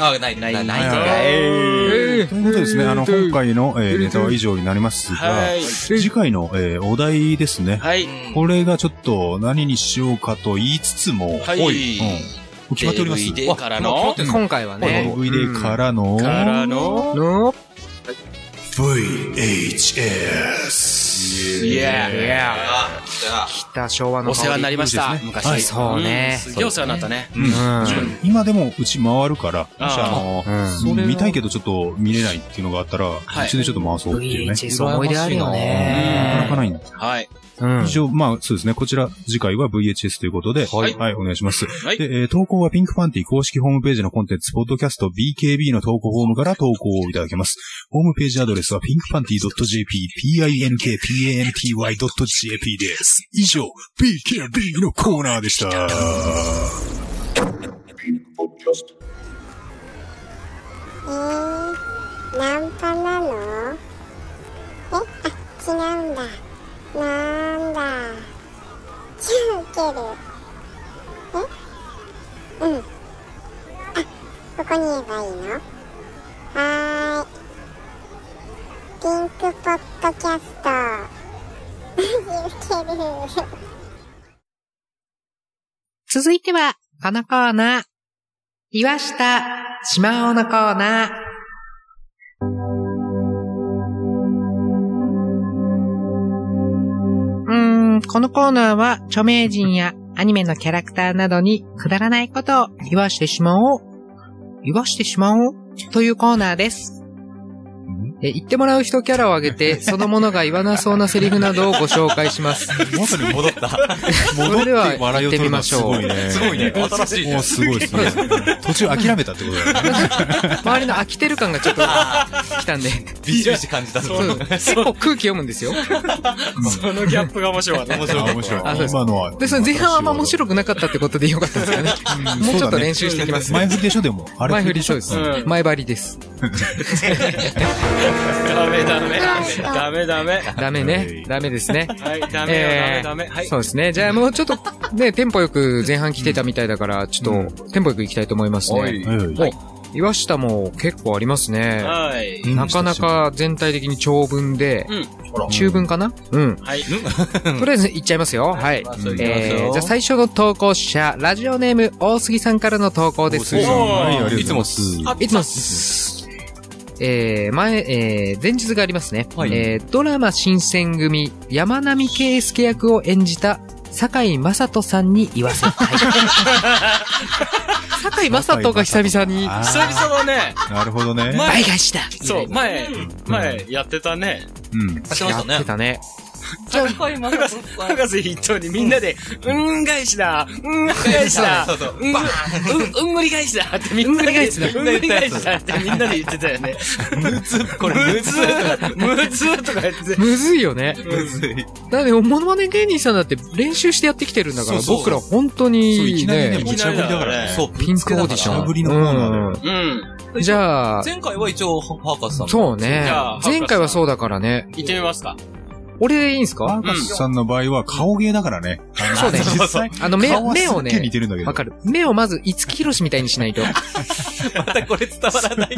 あ、ない、ない、ない、ない。えということでですね、あの、今回の、えーネタは以上になりますはが、い。次回の、えーお題ですね。はい。これがちょっと何にしようかと言いつつも、はいうんもう決まっております。 DVD からの、ー今回はね。。DVD かららの、からの、の VHS。いや北昭和のお世話になりました、昔。はいそうねんすげえお世話になったね。りま確かに今でもうち回るから、もしあの、ううん見たいけどちょっと見れないっていうのがあったら、いうちでちょっと回そうっていうね。 VHS 思い出あるよなかなね。かないんだ。はい。うん。一応、まあそうですね、こちら次回は VHS ということで、はいはい、お願いします。はいで、えー投稿はピンクパンティ公式ホームページのコンテンツ、ポッドキャスト BKB の投稿フォームから投稿をいただけます。ホームページアドレスは pinkpanty.jp、pinkpanty.jp です。以上、BKB のコーナーでしえた。ー、ナンパなのえ、あ、違うんだ。なんだ。じゃあ受ける。えうん。あ、ここに言えばいいのはーい。ピンクポッドキャスト。マジ受ける。続いては、このコーナー。岩下、島尾のコーナー。うーん、このコーナーは、著名人やアニメのキャラクターなどにくだらないことを言わしてしまおう。言わしてしまおうというコーナーです。え言ってもらう人キャラを挙げて、そのものが言わなそうなセリフなどをご紹介し ます。元に戻った。それでは、行ってみましすょごうい。ね。すごいね。新しいねもう。すごいですね。途中諦めたってことだよね。周りの飽きてる感がちょっと来たん で。ビシビシ感じた。そう結構空気読むんですよ。そのギャップが面白かった。面あ面白あそうい。です今のは。で、その前半はあんま面白くなかったってことでよかったんです よね。もうちょっと練習していきます。前振りでしょ、でも。あれ前振りそうですう。ん前張りです。ダメダメ。ダメダメ。ダメね。ダメですね。はい、ダメよ、えダメダメ。はーい。そうですね。じゃあもうちょっと、ね、テンポよく前半来てたみたいだから、ちょっと、テンポよく行きたいと思いますね。はいはい岩下も結構ありますね。はい。うんなかなか全体的に長文で、中文かなうん。はい。とりあえず行っちゃいますよ。はい。えーじゃあ最初の投稿者、ラジオネーム大杉さんからの投稿です。杉さんはい、ありがとうございつもす。いつもっす。えー、前、えー、前日がありますね。はいえー、ドラマ新選組、山並圭介役を演じた、堺雅人さんに言わせたい。堺雅人が久々に、あ久々だね。ーなるほどね。前倍返しだそう、前、前やってたね。うん。しまやしってたね。たね。高井正人さん。博士一頭にみんなで、うん返しだうん返しだ そうそううん、うん、うんぐり返しだってみんなで、うんぐり返しだってみんなで言ってたよね。むず、これむむずず。ーむずーとか言ってて。むずいよね。むずい。だって、モノマネ芸人さんだって練習してやってきてるんだから、そうそう僕ら本当に、そう、いきなりね、ね、持ち上がりだからね。そう、ピンクオーディショぶちンゃぶりのコーナーだよ。うん。ンじゃあ、前回は一応、ハーカスさん。そうねじゃあ。前回はそうだからね。行ってみますか。俺でいいんすバかーカスさんの場合は顔芸だからね。そうね実際。あの、目顔、はす目をっげえね似、てるんだけど。わかる。目をまず、五木ひろしみたいにしないと。またこれ伝わらない。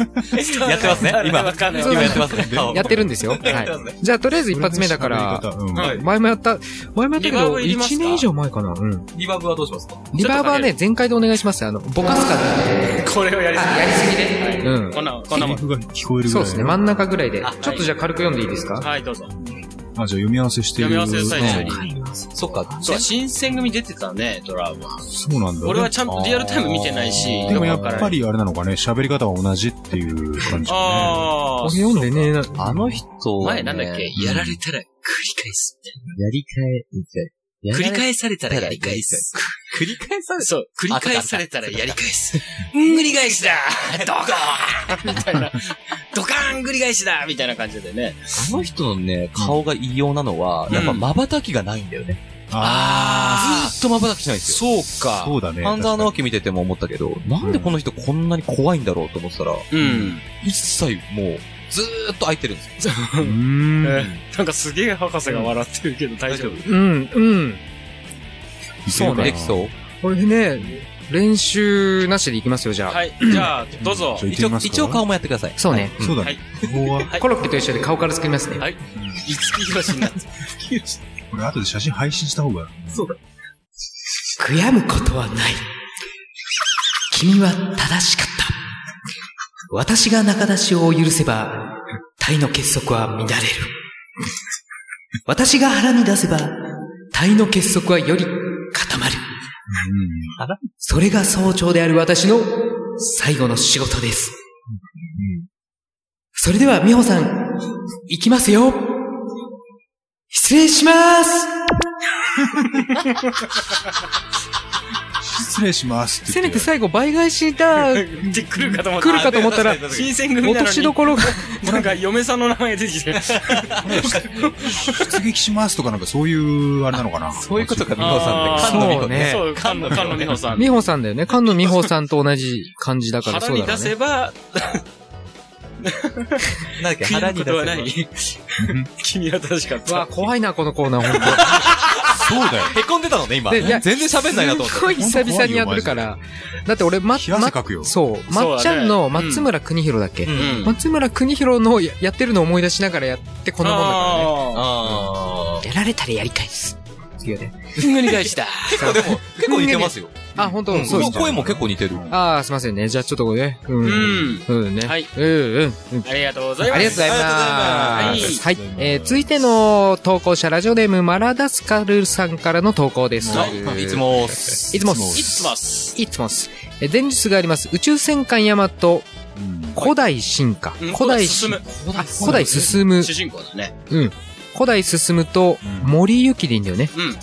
やっ てますね、今。わかんない。今やってますね、顔。やってるんですよ。やってはますねい。じゃあ、とりあえず一それ発目だで喋り方。から、うんはい前もやった、前もやったリけバーブど、いりますか1年以上前かな。うん。リバーブはどうしますかリバーブはね、全開でお願いします。あの、ボカスカこれをやりすやりすぎで。うんぎ。こんな、こんセなリもん。フが聞こえるぐらい。そうですね、真ん中ぐらいであ。ちょっとじゃあ軽く読んでいいですかはい、どうぞ。あ、じゃあ読み合わせしてる。読み合わせの最中にうんそっか。そう、新選組出てたね、ドラマ。そうなんだね。俺はちゃんとリアルタイム見てないしあーでもやよくわっからぱなりあれなのかね、喋り方は同じっていう感じだね。あこれー。読んでねえな。あの人はね、前なんだっけやられたら繰り返す。やり返、繰り返されたらやり返す。繰り返されそう、繰り返されたらやり返す。うん、繰り返しだ ドカーンみたいな。 ドカーン繰り返しだみたいな感じでね。あの人のね、顔が異様なのは、うんやっぱ瞬きがないんだよね。あずーっと瞬きしないんですよ。そうあか。そうだね。半沢確か直樹見てても思ったけど、なんでこの人こんなに怖いんだろうと思ってたら、うん。一切もう、ずーっと開いてるんですよ。にうーんなんかすげえ博士が笑ってるけど大丈夫うん、うん。いけるかなできそう。これね、練習なしでいきますよ、じゃあ。はい、じゃあ、どうぞち。ょい一てみ応、ますか一応顔もやってください。そうね。そうだはねい。ここは、はいコロッケと一緒で顔から作りますね。はい。五木ひろしになって。これ後で写真配信した方が。悔やむことはない。君は正しかった。私が仲出しを許せば、体の結束は乱れる。私が腹に出せば、体の結束はより固まる。それが総長である私の最後の仕事です。それでは、美穂さん、行きますよ。失礼します失礼しますってせめ言ってて。最後倍返しだ、来で、来るかと思った。るかと思ったら、新選組落なのとしどに、ころが、なんか嫁さんの名前出てきて。出撃しますとかなんかそういう、あれなのかな。そういうことか、美あ穂ーさんって。菅野美そう穂ねね。そう、菅野、菅野美穂さん。美穂さんだよね。菅野美穂さんと同じ感じだから、腹そうにだ出ろうせね。ば、なんだっけ、腹腹にに出出はせなばい。君は確かっわたあ、。怖いな、このコーナー、ほんそうだよ。へこんでたのね、今。でいや全然喋んないなとと。思っすたっ。ごい久々にやってるから。だって俺、ま、冷や汗ま、かくよ。そう、だねまっちゃんの松村邦弘だっけ、うん。松村邦弘のややってるのを思い出しながらやってこんなもんだからね。ああやられたらやり返す。次はね。ー。繰り返した。ー。でも、結構似てますよ。あ、本当、うんそうですね声も結構似てる。ああ、すいませんね。じゃあちょっとこれね。う。うんん。うんね。はいうんうんうん。ありがとうございます。ありがとうございありがとうまごす。ざはいますえー続いての投稿者、ラジオネーム、マラダスカルさんからの投稿です。はいつ。も、いつもっいす。つもっす。いつもっす。えー前述があります、宇宙戦艦ヤマト、うん古代進化。うん古代進古代あ古代進む主。人公だね。古代進むと、うん森行きでいいんだよね。うん。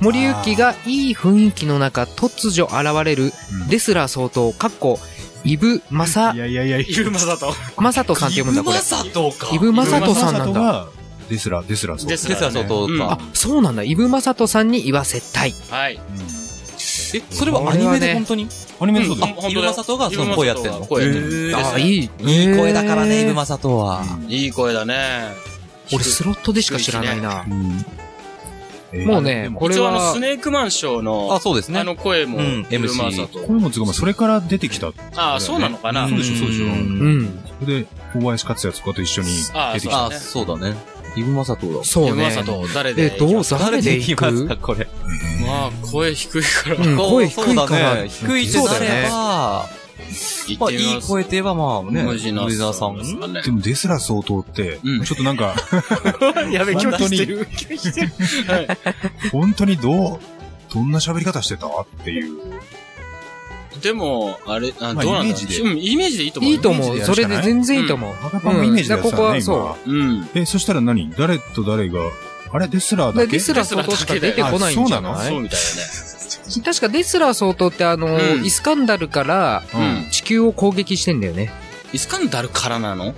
森行きがいい雰囲気の中、突如現れるうん、レスラー相当、かっこ、イブ・マサい、やいやいやいや。ゆうまさと。マサトさんって読むんだ、これ。さとかイブ・マサトさんなんだ。だ。デスラ、デスラそう。デスレラスラー相当うんかあ。、そうなんだ。イブ・マサトさんに言わせたい。はい。うんえ、それはアニメで本当にアニメそうだあよ。、本当だよイブマサトがその声やってんの声やってるへですあ、いい。いい声だからね、イブママサトは。いい声だね。俺、スロットでしか知らないな。うんえーもうねで、もこれ一応あの、スは、ネークマンショーのあ、、そうですあね。の声も、うんゆう MC まさとこ。れもつうかまあそれから出てきた。ああ、そうなのかな。ううんん。そうでしょ、そうでしうょ。ん。それで、小林克也とかと一緒に出てきた。あ、そうだね。イブマサトだ。そうまね。さと、誰でえ、どう誰で行くこれ。まあ、声低い から、うん、声低いから。低いってなれば、言まっあ、てみいいます。声といえば、まあね、ムジナ梅沢さん。ですかねでもデスラ相当ってうん、ちょっとなんか、やべ、本拒当否にしてる。拒否してる。はい。本当にどう、どんな喋り方してたっていう。でも、あれ、あまあどうなんイメだージでうん、イメージでいいと思う。いいと思イメージでう。やそるれしかなでい全然いいと思う。赤パンイメージだようんじゃあここはね今そうん。え、そしたら何誰と誰があれデスラーだでけデスラー相当しか出てこないんじゃあなそいそうみたい確かデスラー相当ってあの、うんイスカンダルからうだよんね。地球を攻撃してんだよね。イスカンダルからなの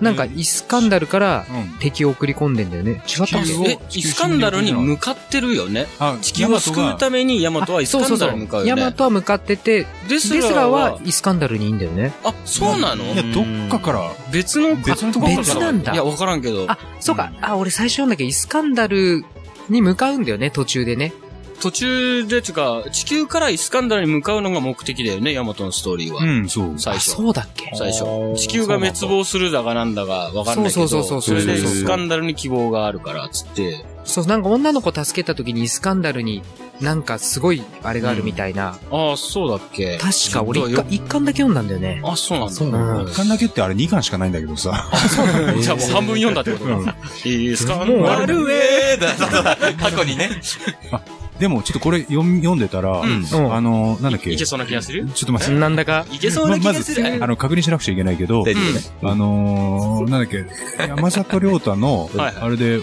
なんかイスカンダルからうん。敵を送り込んでんだよね。違った地球をえ、イスカンダルに向かってるよね。あ、地球を救うためにヤマトはイスカンダルに向かうよヤマね。トは向かってて、デデススラーはラーはイスカンダルにいいんだよね。あ、そうなのいや、どっかから、別の別のところ別なんだいや、わからんけど。あ、そうか。あ、俺最初読んだけど、イスカンダルに向かうんだよね、途中でね。途中で、つうか、地球からイスカンダルに向かうのが目的だよね、ヤマトのストーリーは。うん、そう。最あ、初。そうだっけ最初。地球が滅亡するだかなんだかわかんないけど。そうそうそうそうれでそうそうそうスカンダルに希望があるから、つって。そう、なんか女の子助けた時にイスカンダルになんかすごいあれがあるみたいな。ああ、そうだっけ。確か俺ちょっ一とよ巻一巻だけ読んだんだよね。あ、そうなんだ。そうなん一巻だけってあれ2巻しかないんだけどさ。 うん じゃあもう半分読んだってことか。イスカンもうダル。えーだ、そうそう過去にね。でも、ちょっとこれ読み読んでたら、うんあの、なんだっけ。いけちょそうな気がするっと待って。なんだか、いけそうな気がすまる。ず、あの、確認しなくちゃいけないけど、大丈夫ね。あのー、なんだっけ、山里亮太の、はいはいあれで、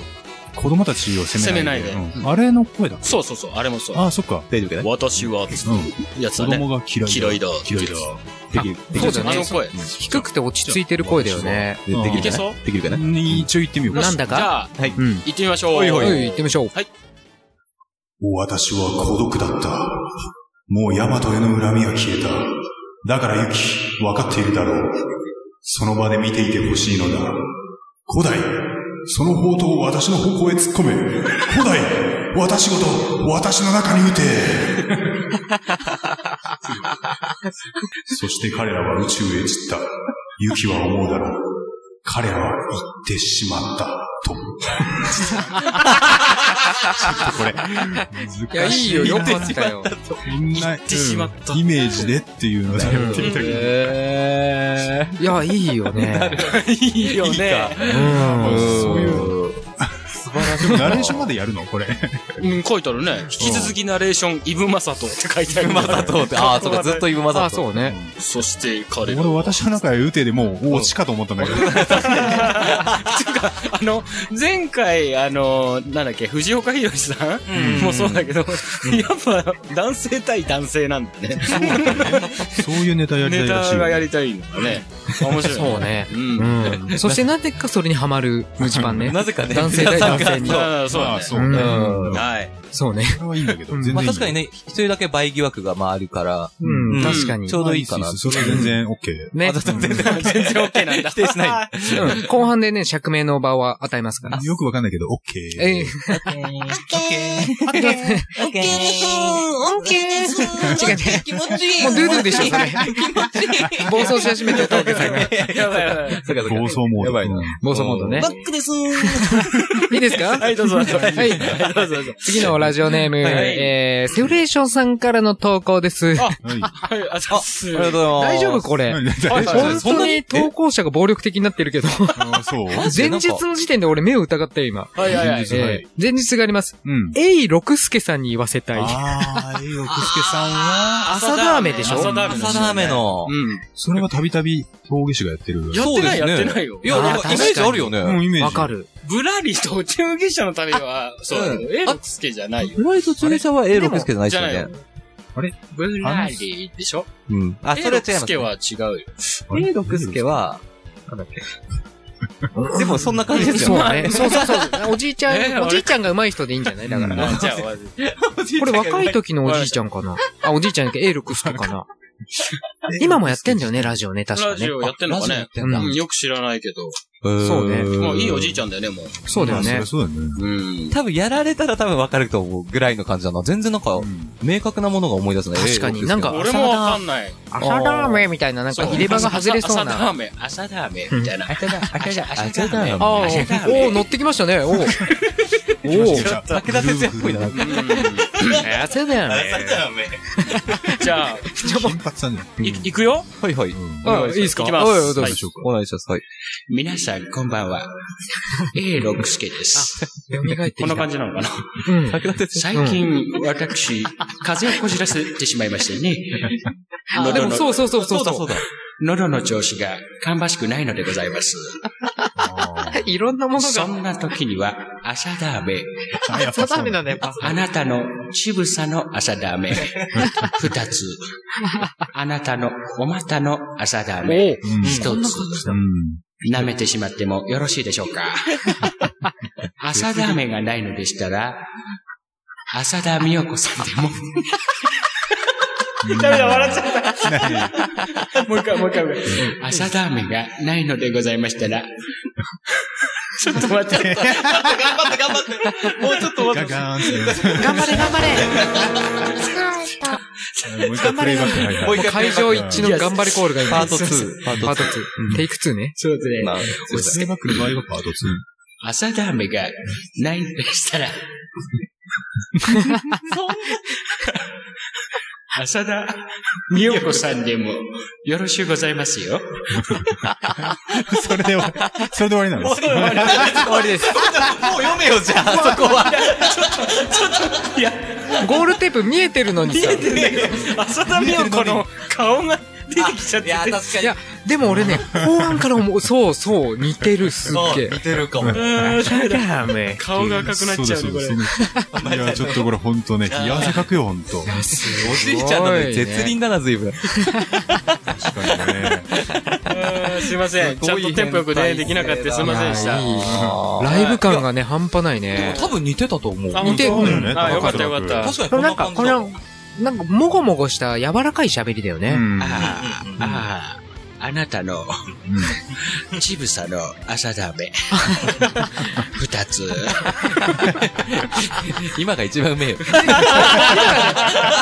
子供たちを責めないで。責めうんあれの声だ。そうそうそう、あれもそう。ああ、そっか。大丈夫かな私は、つうん。やつ子だね。供が嫌いだ。嫌いだ。嫌いだ。できる、できそうるだよあねの声。低くて落ち着いてる声だよね。でできうんるかないけそうできるかなうん一応言ってみようか。なんだじゃかあ、はい。うん。行ってみましょう。おいおはいい、行ってみましょう。私は孤独だった。もうヤマトへの恨みは消えた。だからユキ、わかっているだろう。その場で見ていてほしいのだ。古代、その宝刀を私の方向へ突っ込め。古代、私ごと、私の中に撃て。 そして彼らは宇宙へ散った。ユキは思うだろう。彼らは行ってしまった。と。いや、いいよ、よかったよ。こんな、行ってしまったうんイメージでっていうのでやってみたけど。えいや、いいよ ね。いいよね。うん。そういう。ー。素晴らしナレーションまでやるのこれ。うん、書いてあるね。引き続きナレーション、イブマサトって書いてある。マサトって、ああ、そうか、ずっとイブマあ、サト。そうね。そして彼ら。俺私の中へ打てでもう、お落ちかと思ったんだけど。ていうか、あの、前回、あの、なんだっけ、藤岡弘さんもそうだけど、やっぱ男性対男性なんだね。 そういうネタやりたネいらしタいよがやね。りたいんだね。面白い。そう。ね。うん。うん。そしてなぜかそれにハマる無地盤ね。なぜかね。男性対男性に。ああ、そうまだあ、ね。そうね。うんうんはい。そうね。それはいいんだけど、うん全然いまいよ。あ確かにね、一人だけ倍疑惑がまああるから、う、うんん確かにち。ょうどいいかなあ。それは全然 OK。ねあ。全然、全然 OK なんだ。 否定しない。うん後半でね、釈明の場を与えますから。よくわかんないけど、OK。ええ、オッケーです。オッケーです。違う違う気持ちいい。もうドゥドゥでしょ、それ。暴走し始めて、峠さんが。いやばいやばい。そうか、そうか。暴走モード。やばいなうん。暴走モードねバックです。いですかはい、どうぞ。どうぞは。い。次のラジオネーム、えー、セフレーションさんからの投稿です。はい。 はい、あざっす。ありがとうございま大す。丈夫これ。本そんな当にに投稿者が暴力的になってるけど、あそう前日の時点で俺目を疑ったよ、今。はいはいはい。前日はえー前日があります。うん。えい六助さんに言わせたい。ああ、えいよくすけさんは、朝ダーメでしょ朝ダーメだ朝ラーメンの。うん。それはたびたび、峠師がやってる。やってない、そうやでっすねてないよい。や、なんかイメージあるようね。ん、イメージ。わか。る。ぶらりと落ち向け者のためには、そうだけど、え、あロスケじゃないよ。フライト注射は A6 ですけどないじしゃないよね。。ぶらりでしょうん。あ、それは違いますえ。ロスケは違うよ。 A 六助は、なんだっけ。 でもそんな感じですそようね。ね。 そうそうそう。おじいちゃえん、おじいちゃんが上手い人でいいんじゃないだから。じゃあ、まずこれ若い時のおじいちゃんかな。あ、おじいちゃんだけ A6 助かな。今もやってんだよね、ラジオね、確かラねジ。オやってんのかラジオやねってんだうんよく知らないけど。そうねもういいおじいちちゃんだよね、もう。そうだよまねあ。そりゃそうだよね。うん。多分やられたら多分わかると思うぐらいの感じだな。全然なんかう、ん明確なものが思い出すね。確かに A6 なんか俺もわかんない。朝ラーメンみたいな、なんか入れ歯が外れそう朝朝な。ラーメン、朝ラーメンみたいな。朝だ、朝だ、あ、じゃだよ。ああ、おー乗ってきましたね。お ーおー武田鉄矢っぽいな。うん朝だよね。じゃあ、金髪さんじゃん。いいくよはいはい。あいいですかいきますおいおいどうはいぞお願いします。はい。皆さん、こんばんは。A 六助です。蘇ってこんなきた。感じなのかなうん。武田鉄矢。 最近、私、風邪をこじらせてしまいましてね。あで喉ものそうそうそうそう。そうだ。喉の調子が芳しくないのでございます。いろんなものそが。んな時には、朝ダーメン。あ、やっそうダぱそうメなんだ、やっぱ。あなたのちぶさの朝ダー メン。二つ。あなたのお股の朝ダーメン。一つ。うん。舐めてしまってもよろしいでしょう か朝ダーメンがないのでしたら、浅田美代子さんでも。ダメだ、笑っちゃ った。もう一回、もう一回。朝ダーメンがないのでございましたら、ちょっと待って。ガガーンって頑張れ、頑張れ。ね。もう一回プレイバック入る。もう会場一致の頑張れコールが今。パート2。パー パートト2。テイク2ね。そうですね。 2。まあ、そうですねプレイバックの場合はパート2。朝ダーメンがないのでしたら、浅田美代子さんでもよろしゅうございますよ。それで終わり、それで終わりなんです。終わりです。もう読めよ、じゃあ、そこは。ゴールテープ見えてるのにさ。い浅田美代子の顔が出てきちゃって。や、確かに。や、でも俺ね、後半から思う、そうそう、似てる、すっげえ。似てるかも。ダメ。顔が赤くなっちゃうね、これ。れ。いや、ちょっとこれ本当ね、冷や汗かくよ、本当。おじいちゃんのね、すごいね絶倫だな、随分。確かにね。うんすいません。ちゃんとテンポよくね、できなかったすいませんでした。いやいいライブ感がね、半端ないね。多分似てたと思う。あ似てる本当そうだよねあ、よかったよかった。確かにここのんな感なんか、じこだ。の、なんか、もごもごした柔らかい喋りだようね。ん。ああ、ああ、あなたの、ちぶさの朝ダ メ。二つ。今が一番うめえよ。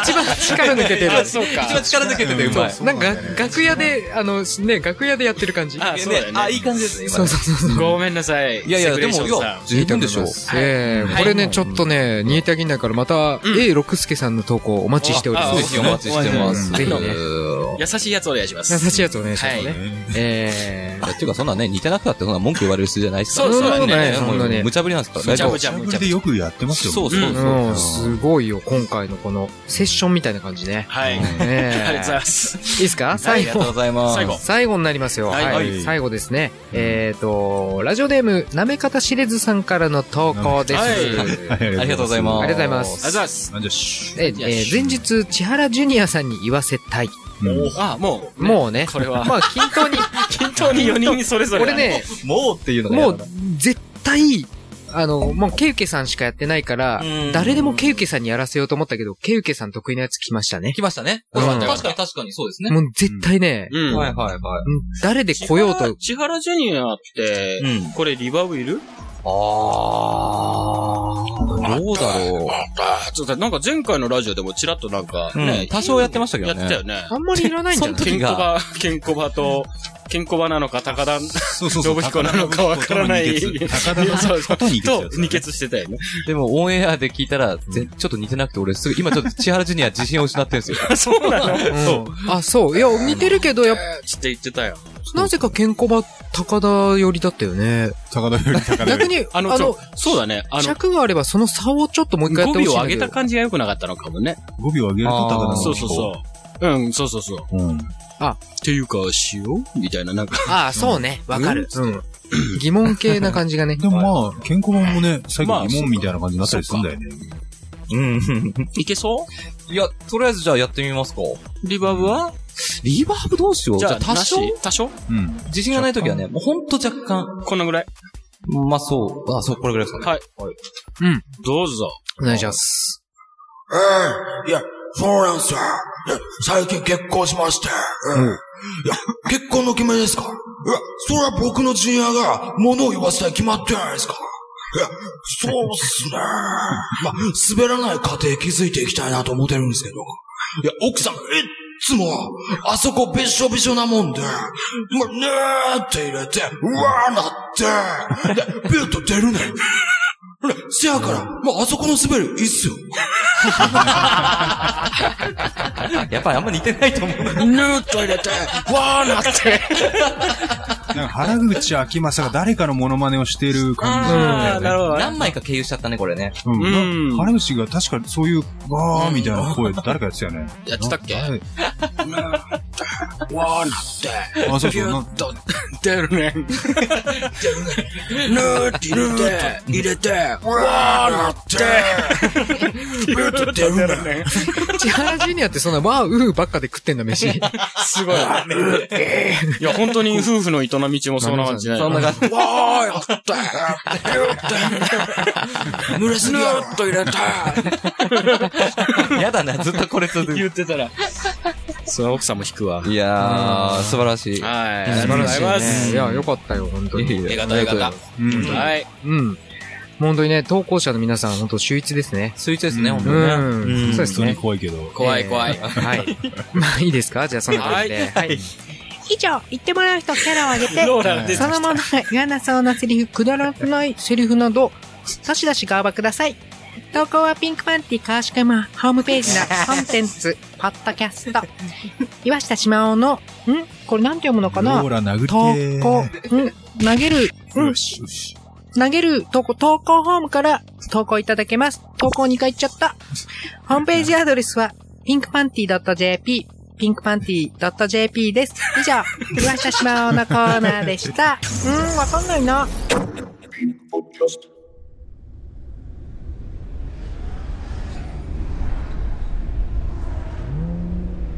一番力抜 けてる。そうか一番力抜けててうまい。なんか、楽屋で、あの、ね、楽屋でやってる感じ。あ、そうだよね。あ、いい感じですね。そうそうそうそう。ごめんなさい。いやいや、でも、いよや、十分でしょう。ええ、これね、ちょっとね、煮えてあげないから、また、A 六輔さんの投稿お待ちしておりま。あそうですすよ、お待ちしてます。ぜひねうん優しいやつお願いします。優しいやつお願いしますはいね。ええ。いやっていうか、そんなね、似てなくたって、そんな文句言われる人じゃないですからそうそうそうねもそんなね無茶ぶりなんですから、むちゃむちシゃャむブちゃむルでちゃ。よくやってますよ。そうそううそう。うん、すごいよ、今回のこの、セッションみたいな感じね。はい。ねありがとうございえます。いいですかあり最がとう後ご。ざいます。最後。最後になりますよ。はいはい。最後ですね。えっと、ラジオネーム、なめ方しれずさんからの投稿です。はあいりがとありありがとうございます。あうございまりがとうごす。ざいます。あじゃあシュええー前日、千原ジュニアさんに言わせたい。うんあ、もう、もうね。これはまあ、均等に。均等に4人それぞれ。俺、ね、もうっていうのが嫌もだうな、絶対、あの、もう、ケウケさんしかやってないからうん、誰でもケウケさんにやらせようと思ったけど、ケウケさん得意なやつ来ましたね。来ましたね。うん確かに確かに、そうですね。もう絶対ね、うん。はいはいはい。うん誰で来ようと、千原ジュニアって、ん。これリバウいるあー、どうだろあ、ちょっとなんか前回のラジオでもちらっとなんか、う。うねん、、多少やってましたけやどっね。てたよね。あんまりいらないんじゃないそケンコバ、ケンコバと、ケンコバなのか、高田そうそうそう。信彦なのかわからない高田のことにと二血してたよね。でも、オンエアで聞いたら、ぜちょっと似てなくて、俺すぐ、今ちょっと千原ジュニア自信を失ってるんですよ。そうなのちょっうんあ、そう。いや、似てるけど、やっぱ、と言ってたよ。なぜかケンコバ、高田寄りだったよね。高田より高田よ逆り。に、ああの、の、ちょそうだね。あの、尺があればその差をちょっともう一回や語ってほし尾をいんだ上けげど。た感じが良くなかったのかもね。語尾を上げると高田のそうそうそう。うん、そうそうそう。っう。うん。ていうか、塩みたいな、なんか。ああ、そうね。わかる。うん。疑問系な感 じがね。でもまあ、健康版もね、最ま後あ疑問みたいな感じになったりするんだよね。うん。いけそいや、とりあえずじゃあやってみますか。うリバーブはリバーブどうしようじゃじゃあ、あ、多多少少多少うん。自信がないときはね、もうほんと若干。こんなぐらい。まあそう。あ、そう、これぐらいですかね。はい。うん。どうぞ。お願いします。ええいや、そうなんすよ。え最近結婚しまして。ええいや、結婚の決めですかいや、それは僕のジュニアが物を言わせたに決まってないですかいや、そうっすね。まあ、滑らない家庭築いていきたいなと思ってるんですけど。いや、奥さん、いっつも、あそこべっしょべしょなもんで、まあ、ねーって入れて、うわーなって、で、ビュッと出るねん。ほら、せやから、まあ、あそこの滑りいいっすよ。やっぱりあんま似てないと思う。ぬーっと入れて、わーなって。なんか原口あきまさが誰かのモノマネをしている感じあー、なるほどね。何枚か経由しちゃったね、これね。うんうん原口が確かにそういう、わーみたいな声、誰かやってたよね。やってたっけ誰って、わーなって、あそうそうピュなッと、だよね。ぬーって入れて、入れて、わーなって、ピュッと出るね。千原ジュニアってそんな、わー、うーばっかで食ってんの、飯。すごい。いや、本当に夫婦の営み中もそんな感じじゃないそんな感じ。わーやったやった濡れすぎやっと入れた やだな、ずっとこれ続言く。ってたら。その奥さんも引くわ。はい。いやー、素晴らしい。ありがとうございまねす。いや、よかったよ、本当に。えがたえがた。はい。うん。本当にね、投稿者の皆さん、本当秀逸ですね。スイーツですね、本当うにね。ん。そうで本す当にね。怖いけど。怖い怖いえーはい。 まあ、いいですかじゃあ、そんな感じで。はい。以上、言ってもらう人キャラを上げて、ローラ出てきそのた。ものが言わなそうなセリフ、くだらないセリフなど、どしどしご応募ください。投稿はピンクパンティ川島マホームページの コンテンツ、ポッドキャスト。岩下島尾の、んこれなんて読むのかなローラ殴投稿、んって投げる、ー。んよしよし。投げる投稿、投稿フォームから投稿いただけます。投稿2回行っちゃった。ホームページアドレスは、pinkpanty.jp、pinkpanty.jp です。以上、 岩下島尾のコーナーでした。うーん、わかんないな。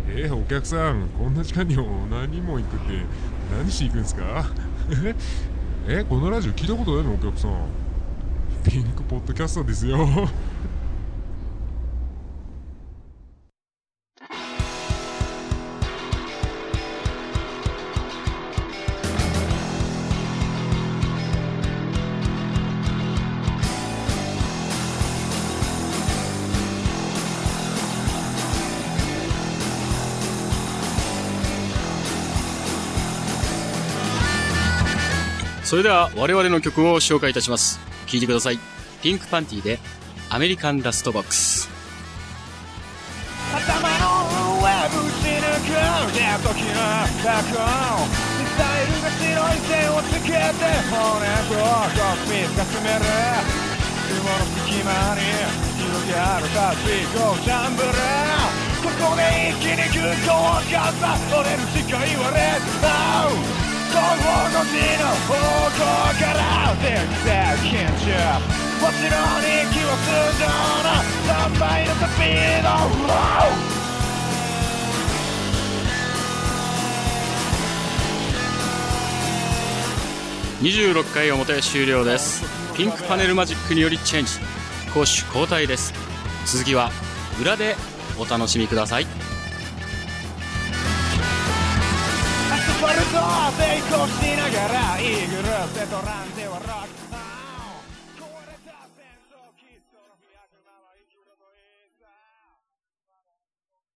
えーお客さんこんな時間に何人も行くって何しに行くんですかえこのラジオ聞いたことないのお客さんピンクポッドキャストですよそれでは我々の曲を紹介いたします。聴いてください。ピンクパンティでアメリカンダストボックス。26回表終了ですピンクパネルマジックによりチェンジ攻守交代です続きは裏でお楽しみくださいアスファルトを抵抗しながらイーグルスでドランではロック